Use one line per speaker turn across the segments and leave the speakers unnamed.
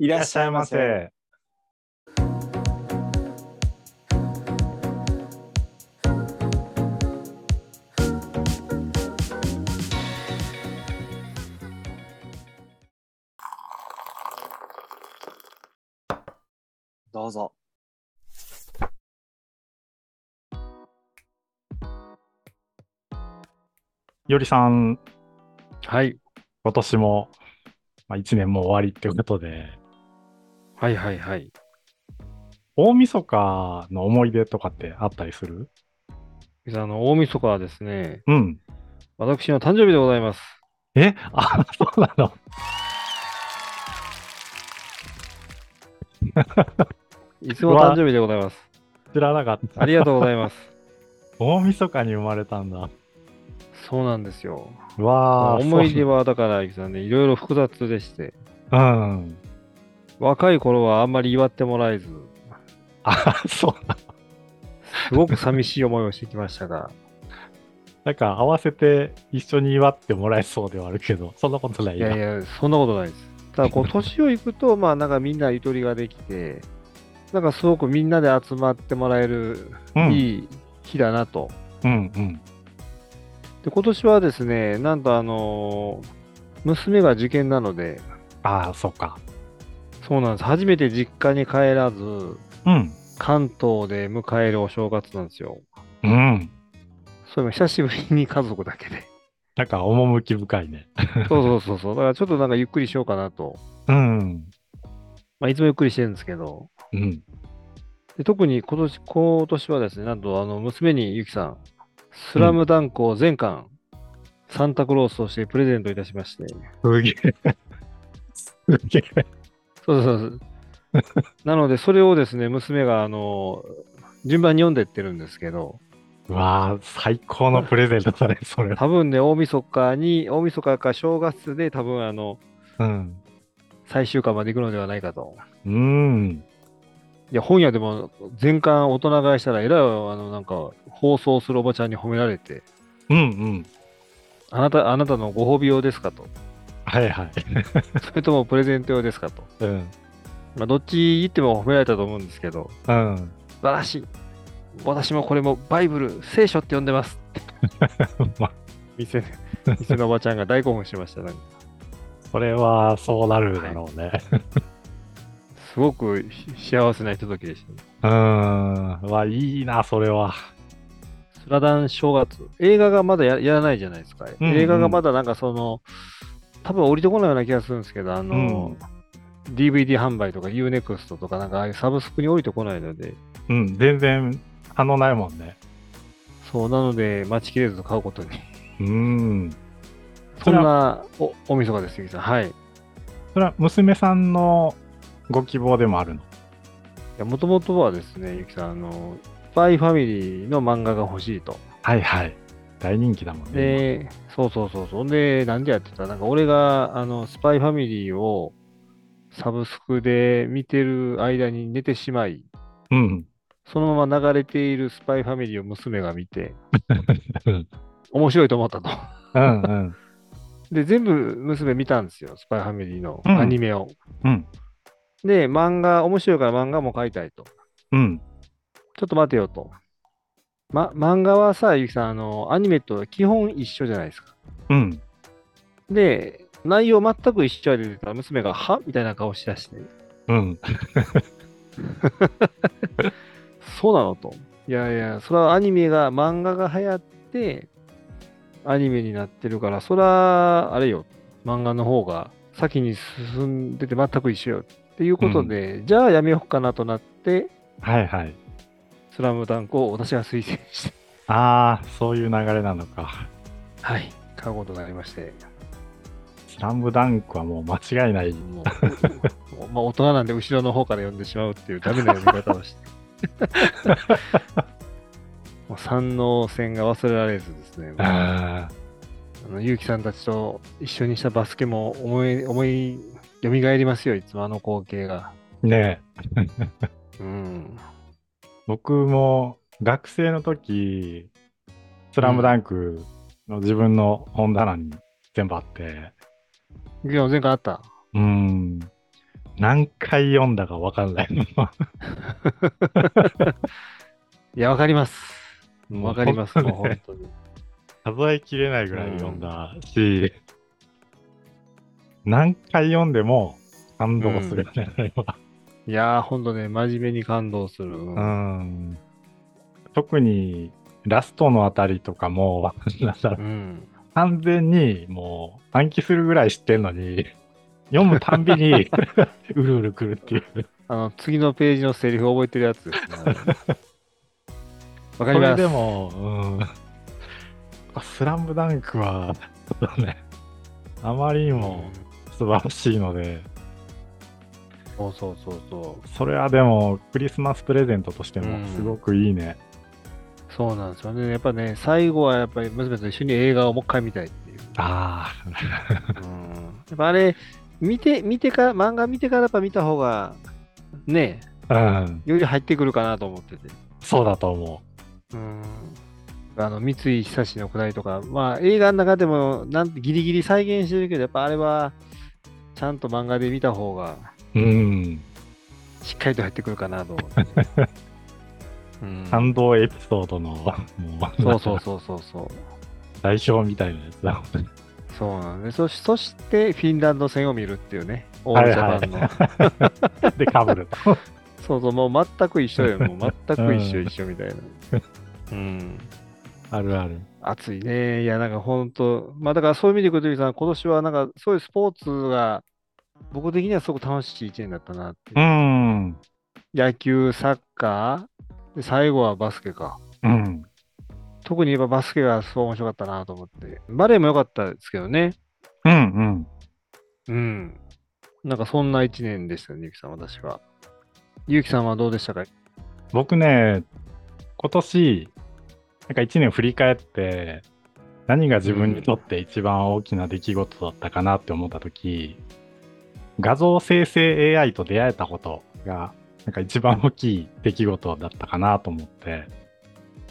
い
い
らっしゃいませ。。
どうぞ。
よりさん、
はい。
今年も、まあ、1年もう終わりってことで、
はいはいはい。
大晦日の思い出とかってあったりする
あの、大晦日はですね、
うん。
私の誕生日でございます。
え あ、そうなの。
いつも誕生日でございます。
知らなかった。
ありがとうございます。
大晦日に生まれたんだ。
そうなんですよ。
うわあ、
思い出
は。
は、だから、ゆきさんね、いろいろ複雑でして、
うん。
若い頃はあんまり祝ってもらえず、
あ、そう。
すごく寂しい思いをしてきましたが、
なんか合わせて一緒に祝ってもらえそうではあるけど、そんなこと ない
い
や。
やいや、そんなことないです。ただ、 こう、年をいくと、まあ、なんかみんなゆとりができて、なんかすごくみんなで集まってもらえる、
うん、
いい日だなと。
うん、うん。
で、今年はですね、なんとあのー娘が受験なので、
ああ、そうか。
そうなんです。初めて実家に帰らず、
うん。
関東で迎えるお正月なんですよ。
うん。
そういえば久しぶりに家族だけで。
なんか趣深いね。
そうそうそうそう。だからちょっとなんかゆっくりしようかなと。
うん。
まあ、いつもゆっくりしてるんですけど。
うん。
で特に今年、今年はですね、なんとあの娘にゆきさん、スラムダンクを全巻、サンタクロースとしてプレゼントいたしまして。
すげえ。 すげえ。
そうそうそう。なので、それをですね、娘があの順番に読んでってるんですけど、
うわあ、最高のプレゼントだね、そ れは。
多分ね、大晦日に、大晦日か正月で多分あの、
うん。
最終巻まで行くのではないかと。
うん。
いや、本屋でも全巻大人買いしたら、えらい、あの、なんか、放送するおばちゃんに褒められて、
うんうん。
あなた、あなたのご褒美用ですかと。
はいはい。
それともプレゼント用ですかと。
うん。
まあ、どっち言っても褒められたと思うんですけど、
うん。
素晴らしい。私もこれもバイブル、聖書って呼んでます。
ま
店で、店のおばちゃんが大興奮してました。なんか
それは、そうなるだろうね。
すごくひ幸せなひとときでした、ね。
うん。うわ、いいな、それは。
スラダン正月。映画がまだややらないじゃないですか。
んうん
映画がまだなんかその、多分降りてこないような気がするんですけど、あの、DVD 販売とか UNEXT とかなんかああいうサブスクに降りてこないので、
うん、全然反応ないもんね。
そう、なので待ちきれず買うことに。
うん。
そ
そ
ん
れは
なおおみそかです、ゆきさん。はい。い
それは娘さんのご希望でもあるの。
や、もともとはですね、ゆきさん、あの、スパイファミリーの漫画が欲しいと。
はいはい。大人気だもんね。
で、そうそうそうそう。で、なんでやってたなんか俺が、あの、スパイファミリーをサブスクで見てる間に寝てしまい、
うん。
そのまま流れているスパイファミリーを娘が見 て、面白いと思ったと。
うんうん。
で、全部娘見たんですよ、スパイファミリーの
うん
アニメを。
うん。
で、漫画、面白いから漫画も描いたいと。
うん。
ちょっと待てよと。ま、漫画はさ、ゆきさん、あの、アニメと基本一緒じゃないですか。
うん。
で、内容全く一緒やで出たら娘が、はみたいな顔しだして、
うん。
そうなのと。いやいや、それはアニメが、漫画が流行って、アニメになってるから、それは、あれよ、漫画の方が先に進んでて全く一緒よ。っていうことで、じゃあやめようかなとなって、
はいはい。
スラムダンクを私が推薦して、
ああ、そういう流れなのか。
はい、買うことになりまして、
スラムダンクはもう間違いない。
もう、もうまあ、大人なんで後ろの方から読んでしまうっていうダメな読み方をして。もう三能戦が忘れられずですね、
あ
あの結城さんたちと一緒にしたバスケも思い、思い、蘇りますよ、いつもあの光景が。
ーねえ。
うん。
僕も学生の時、スラムダンクの自分の本棚に全部あって、
結城さん前回あった。
うん。何回読んだかわかんない。
いや、わかります。
もう
わかります、
本
もう
当ね
本当に。
数えきれないぐらい読んだし、何回読んでも感動するよね、あれは。
いやー、ほんとね、真面目に感動する。うん
うん特にラストのあたりとか も、なんだろう
うん。
完全にもう暗記するぐらい知ってんのに、 読むたん びにうるうるくるっていう。
あの、次のページのセリフ覚えてるやつですね。わ
そ
かり
れ
ま。
ですも、うん。スラムダンクは、ちょっとね、あまりにも素晴らしいので、
そうそうそうそ
それはでもクリスマスプレゼントとして
うん
もすごくいいね。
う。そうなんですよね。やっぱね、最後はやっぱり娘と一緒に映画をもう一回見たいっていう。
あ
うん。やっぱあれ、見て、見てから、漫画見てからやっぱ見た方が、ね、
あ、うん、
より入ってくるかなと思ってて。
そうだと思
うん。あの、三井久志のくだりとか、まあ映画の中でもなんてギリギリ再現してるけど、やっぱあれは、ちゃんと漫画で見た方が、
う。うん、
しっかりと入ってくるかなと思 って。うん
感動エピソードのもう
そうそうそうそうそう。
代表みたいなやつだもんね。
そうなんです、そしそして、フィンランド戦を見るっていうね、オールジャパ ンの。
で、かぶる と。
そうそう、もう全く一緒よ、もう全く一緒一緒みたいな。うん。
あるある。
暑いね。いや、なんか本当、まあだからそういう意味でいくと、ゆうきさん、今年はなんかそういうスポーツが、僕的にはすごく楽しい一年だったなっていう
う。ん。
野球、サッカー、で最後はバスケか。
うん。
特に言えばバスケがすごい面白かったなと思って。バレーも良かったですけどね。
うんうん。
うん。なんかそんな一年でしたね、ゆうきさん、私は。ゆうきさんはどうでしたか
僕ね、今年、なんか一年振り返って、何が自分にとって一番大きな出来事だったかなって思った時、画像生成 AI と出会えたことが、なんか一番大きい出来事だったかなと思って、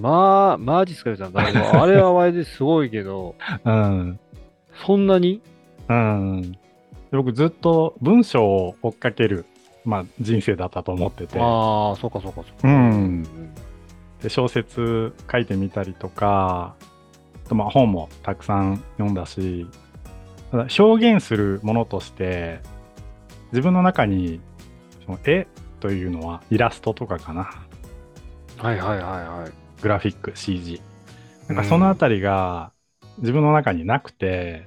まあ、マジっすか、ゆうきさん。だいぶあれはあれですごいけど、
うん。
そんなに
うん。で僕ずっと文章を追っかける、まあ人生だったと思ってて。
ああ、そうかそうかそうか。
うんで小説書いてみたりとかあとまあ本もたくさん読んだしただ表現するものとして自分の中にその絵というのはイラストとかかな
はいはいはいはい。
グラフィック CG なん
う
か
ん
そのあたりが自分の中になくて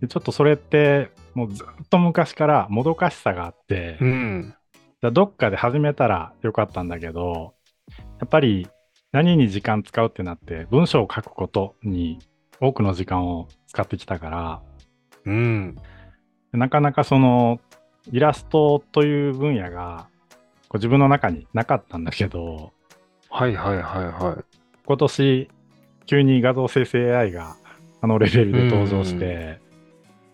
でちょっとそれってもうずっと昔からもどかしさがあって、
うん。
だどっかで始めたらよかったんだけどやっぱり何に時間使うってなって文章を書くことに多くの時間を使ってきたから
うん。
なかなかそのイラストという分野がこう自分の中になかったんだけど
はいはいはいはい。
今年急に画像生成 AI があのレベルで登場して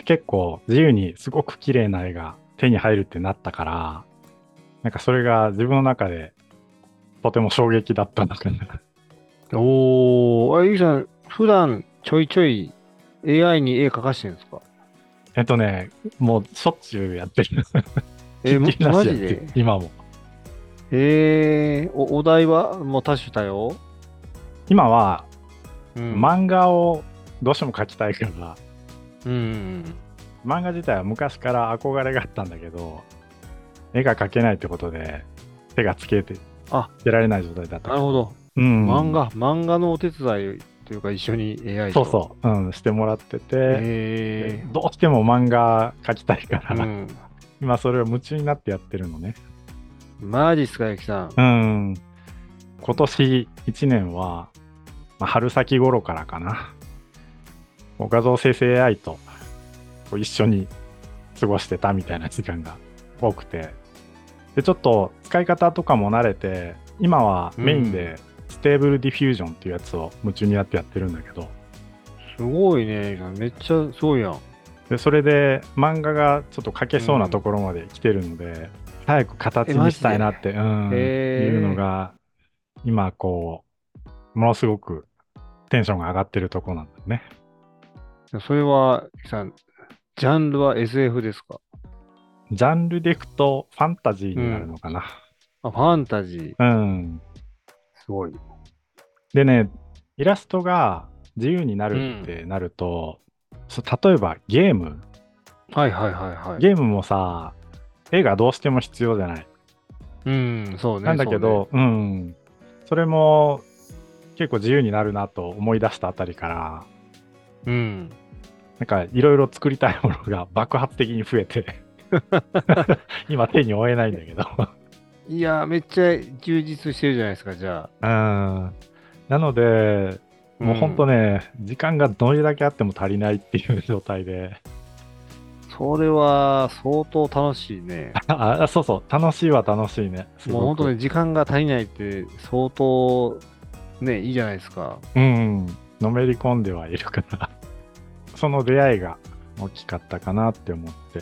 結構自由にすごく綺麗な絵が手に入るってなったからなんかそれが自分の中でとても衝撃だったんだ けど
おー、あゆきさん、普段ちょいちょい AI に絵描かしてるんですか
えっとねもうしょっちゅうやってる
え、
ひっきりなし
マ
やっ
ジ
てる
で
今も
えー、おお題はもう多種多様、
今は
うん、
漫画をどうしても描きたいから、
うん。
漫画自体は昔から憧れがあったんだけど絵が描けないってことで手がつけて
あ
出られない状態だった
なるほど。
うん
漫画、漫画のお手伝いというか一緒に AI
そ
と。
うそう、うん、してもらってて、
え
どうしても漫画描きたいか
ー、う
ら、
ん。
今それを夢中になってやってるのね。
マジっすか、ゆきさん。
うん。今年1年は、まあ、春先頃からかな。こう画像生成 AI とこう一緒に過ごしてたみたいな時間が多くて。で、ちょっと使い方とかも慣れて、今はメインでステーブルディフュージョンっていうやつを夢中になってやってるんだけど、
すごいね、ゆきさん。めっちゃすごいやん。
でそれで漫画がちょっと描けそうなところまで来てるので、早く形にしたいなって、うん、
へー
いうのが今こうものすごくテンションが上がってるところなんだよね。
それは、ゆきさん、ジャンルは SF ですか
ジャンルでいくとファンタジーになるのかな。
あ、ファンタジー。
うん、
すごい。
でね、イラストが自由になるってなると、そ例えばゲーム、
はいはいはいはい。
ゲームもさ、絵がどうしても必要じゃない。
うん、そうね。
なんだけど、うん。それも結構自由になるなと思い出したあたりから、
そうね、うん。
なんかいろいろ作りたいものが 爆発的に増えて、 今手に負えないんだけど。
いやー、めっちゃ充実してるじゃないですか、じゃあ。
うん。なので、もうほんと
ね。
ね、時間がどれだけあっても足りないっていう状態で、
それは相当楽しいね。
ああそうそう、楽しいは楽しいね。 す
もう
ご
本
く
当ね、時間が足りないって相当ね、いいじゃないですか。
うん、のめり込んではいるから、その出会いが大きかったかなって思って。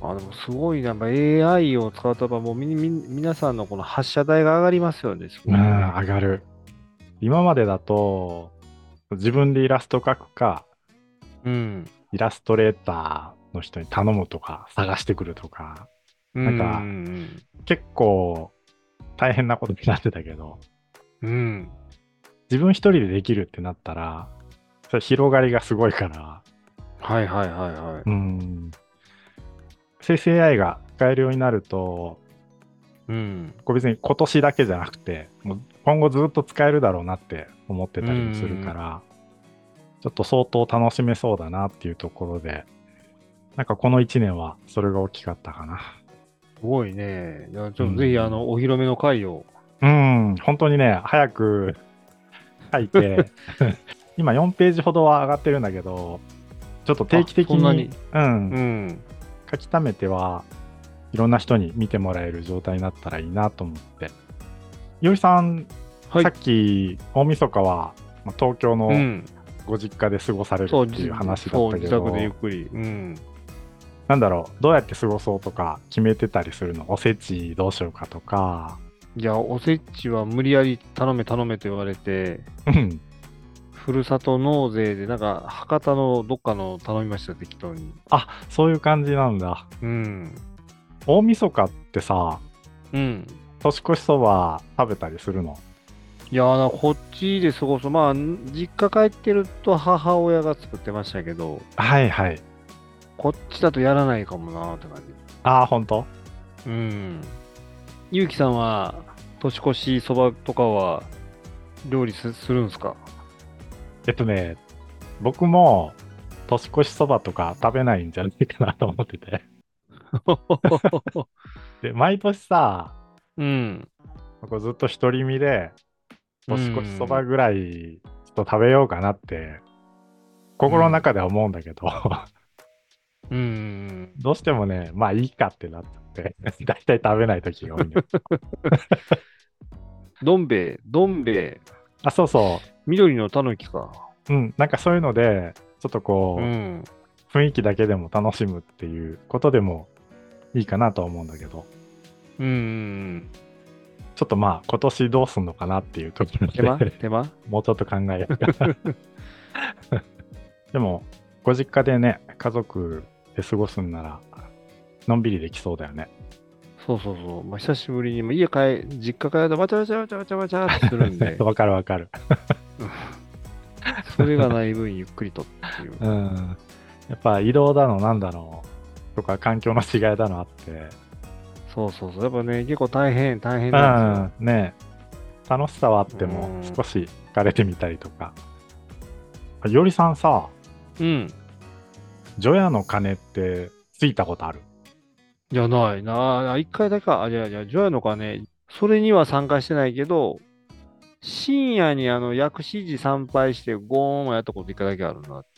あでもすごいな、やっぱ AI を使うと、やっぱもうみみ皆さんのこの発射台が上がりますよね。すご
う
い
ん、
ね
上がる。今までだと、自分でイラスト描くか、
うん。
イラストレーターの人に頼むとか、探してくるとか、
なん
か結構大変なことになってたけど、
うん。うん。
自分一人でできるってなったら、それ広がりがすごいから、
はいはいはいはい。
うん。生成 AI が使えるようになると、
うん。
こう別に今年だけじゃなくて、もう今後ずっと使えるだろうなって思ってたりもするから、ちょっと相当楽しめそうだなっていうところで、なんかこの1年はそれが大きかったか
すごいね。いやちょっ
うん
とぜひ、あの、お披露目の会を。
な。うん、本当にね、早く書 いて、今4ページほどは上がってるんだけど、ちょっと定期的
あそんな
に
に
うん
う、ん。
書き溜めてはいろんな人に見てもらえる状態になったらいいなと思って。よりさん、
はい
さっき大晦日はまあ東京
う
の
ん。
ご実家で過ごされる
そう、
っていう話だ
そう
ったけ
自
ど、
宅でゆっくり。うん。
なんだろうどうやって過ごそうとか決めてたりするのおせちどうしようかとか
いや、おせちは無理やり頼め頼めと言われて、
うん
ふるさと納税で、なんか、博多のどっかの頼みました、適当に。
あそういう感じなんだ
うん。
大晦日ってさ
うん。
年越しそば食べたりするの
いやーなこっちで過ごす、まあ、実家帰ってると母親が作ってましたけど、
はいはい
こっちだとやらないかもなーって感
ああほんと
じ。うん。ゆうきさんは、年越しそばとかは、料理すするんですか
えっとね、僕も年越しそばとか食べないんじゃないかなと思ってて。 で、毎年さ、
うん。
こうずっと独り身で、年越しそばぐらいちょっと食べようかなって、心の中では思うんだけど、
うん。
どうしてもね、まあいいかってなっちゃって、 だいたい食べない時が多いんだ よ
どん兵衛、どん兵衛、
あ、そうそ
緑のたぬきか。
う。うん、なんかそういうので、ちょっとこ
う
う、
ん。
雰囲気だけでも楽しむっていうことでもいいかなとは思うんだけど、
うん。
ちょっとまあ今年どうすんのかなっていうところで
手間手間
もうちょっと考えようかなでも、ご実家でね、家族で過ごすんなら、のんびりできそうだよね。
そうそうそう。まあ、久しぶりに、まあ、家帰、実家帰るとバチャバチャバチャバチャバチャってするんで、
わかるわかる。
それがない分ゆっくりとって いう。
うん。やっぱ移動だの、なんだの、とか環境の違いだのあって、
そうそうそう。やっぱね、結構大変、大変
う
なん
ん、ねえ楽しさはあっても
うん、
少し疲れてみたりとか。あいおりさんさ、
ですよ。うん。
除夜の鐘ってついたことある
いや、ないな。あ一回だけは、あ、いやいや、ジョヤの鐘、それには参加してないけど、深夜にあの薬師寺参拝してゴーンはやったこと一回だけあるなって。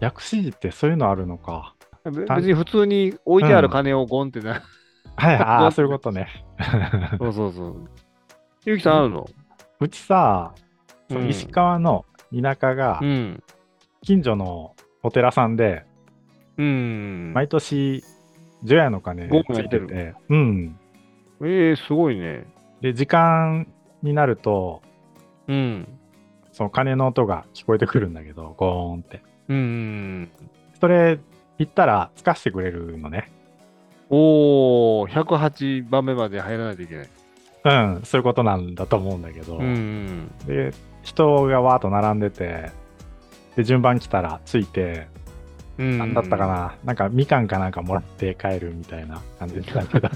薬師寺ってそういうのある のか。
べ
た
別に普通に置いてある鐘をゴンってな。
はい、あ あ、そういうことね。
そうそうそう。ゆうきさんあるの
うちさ、その
うん
石川の田舎が
うん。
近所のお寺さんで
うん。
毎年除夜の鐘つ
豪華に
い
やってて
て
る
うん、
ええすごいね。
で時間になると
うん。
その鐘の音が聞こえてくるんだけどゴーンって
うん。
それ行ったらつかしてくれるのね
おお、108番目まで入らないといけない。
うん、そういうことなんだと思うんだけど、
うん。
で、人がわーっと並んでて、で、順番来たらついて、
うん
なんだったかな、なんかみかんかなんかもらって帰るみたいな感じだ けど、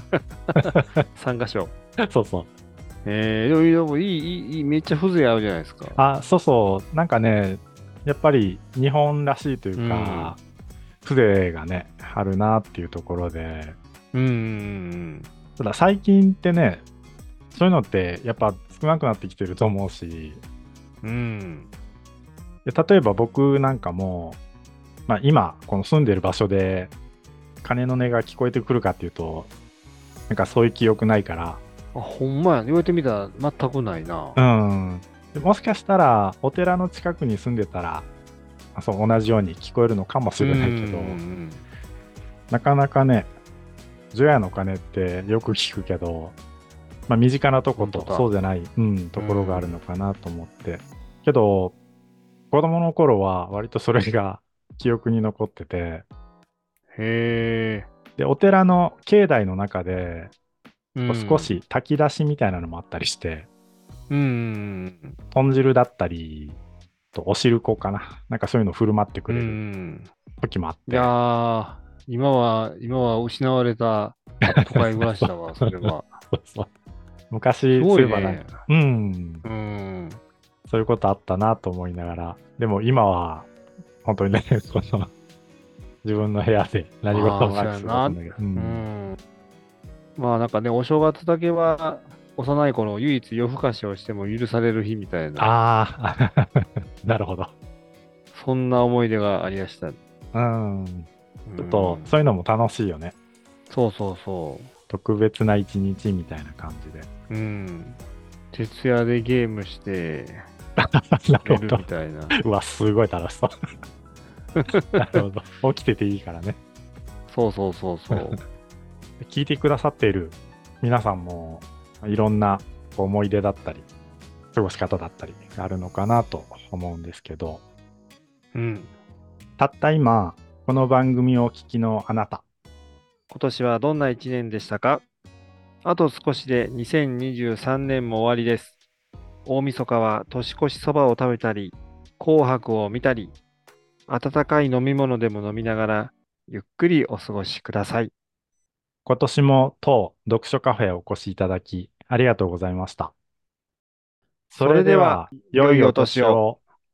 参加賞。
そうそう。
えー、でもでもいい、いい、いい、めっちゃ風情合うじゃないですか。
あ、そうそう、なんかね、やっぱり日本らしいというか、風情がね、あるなっていうところで、
うんうん
ただ最近ってね、そういうのってやっぱ少なくなってきてると思うし、
うん。うん。
で例えば僕なんかも、まあ、今この住んでる場所で鐘の音が聞こえてくるかっていうとなんかそういう記憶ないか
あ、ほんまや。言われてみたら全くないな。
ら、うん、でもしかしたらお寺の近くに住んでたらあそう同じように聞こえるのかもしれないけど、
うんうん
なかなかね除夜の鐘ってよく聞くけど、まあ、身近なとこ
本
と
当だ
そうじゃない、うん、ところがあるのかなと思って、けど子供の頃は割とそれ が記憶に残ってて。
へ
でお寺の境内の中で
え。
こう少。し炊き出しみたいなのもあったりして、
うんうん
豚汁だったりとお汁粉かななんかそういうの振る舞って
う
く
ん。う
れる
ん。
時もあっ
い
て、
やー、今は、今は失われた都会暮らしだわ、それは。
そうそう昔
す
そ
ご
ういえ
い
ばなんか、
ね。
うん
うん。
そういうことあったなと思いながらでも今は本当にね この自分の部屋で何事もなく過ごすんだけど、う
うんんまあなんかね、お正月だけは幼い頃唯一夜更かしをしても許される日みたいな、
ああ なるほど、
そんな思い出がありました。ち
うん、ち
ょ
ょっとそういうのも楽しいよね
そうそうそ
特別な一日みたいな感じで
う。うん。徹夜でゲームして
なる
寝
ほ
る
ど
み。たいな。
うわ、すごい楽しそう。 なるほど。起きてていいからね。
そうそうそうそう。
聞いてくださっている皆さんも、いろんな思い出だったり、過ごし方だったりがあるのかなと思うんですけど、
うん。
たった今、この番組をお聞きのあなた、
今年はどんな1年でしたかあと少しで2023年も終わりです。大晦日は年越しそばを食べたり、紅白を見たり、温かい飲み物でも飲みながら、ゆっくりお過ごしください。
今年も当読書カフェへお越しいただき、ありがとうございました。それでは、良いお年を。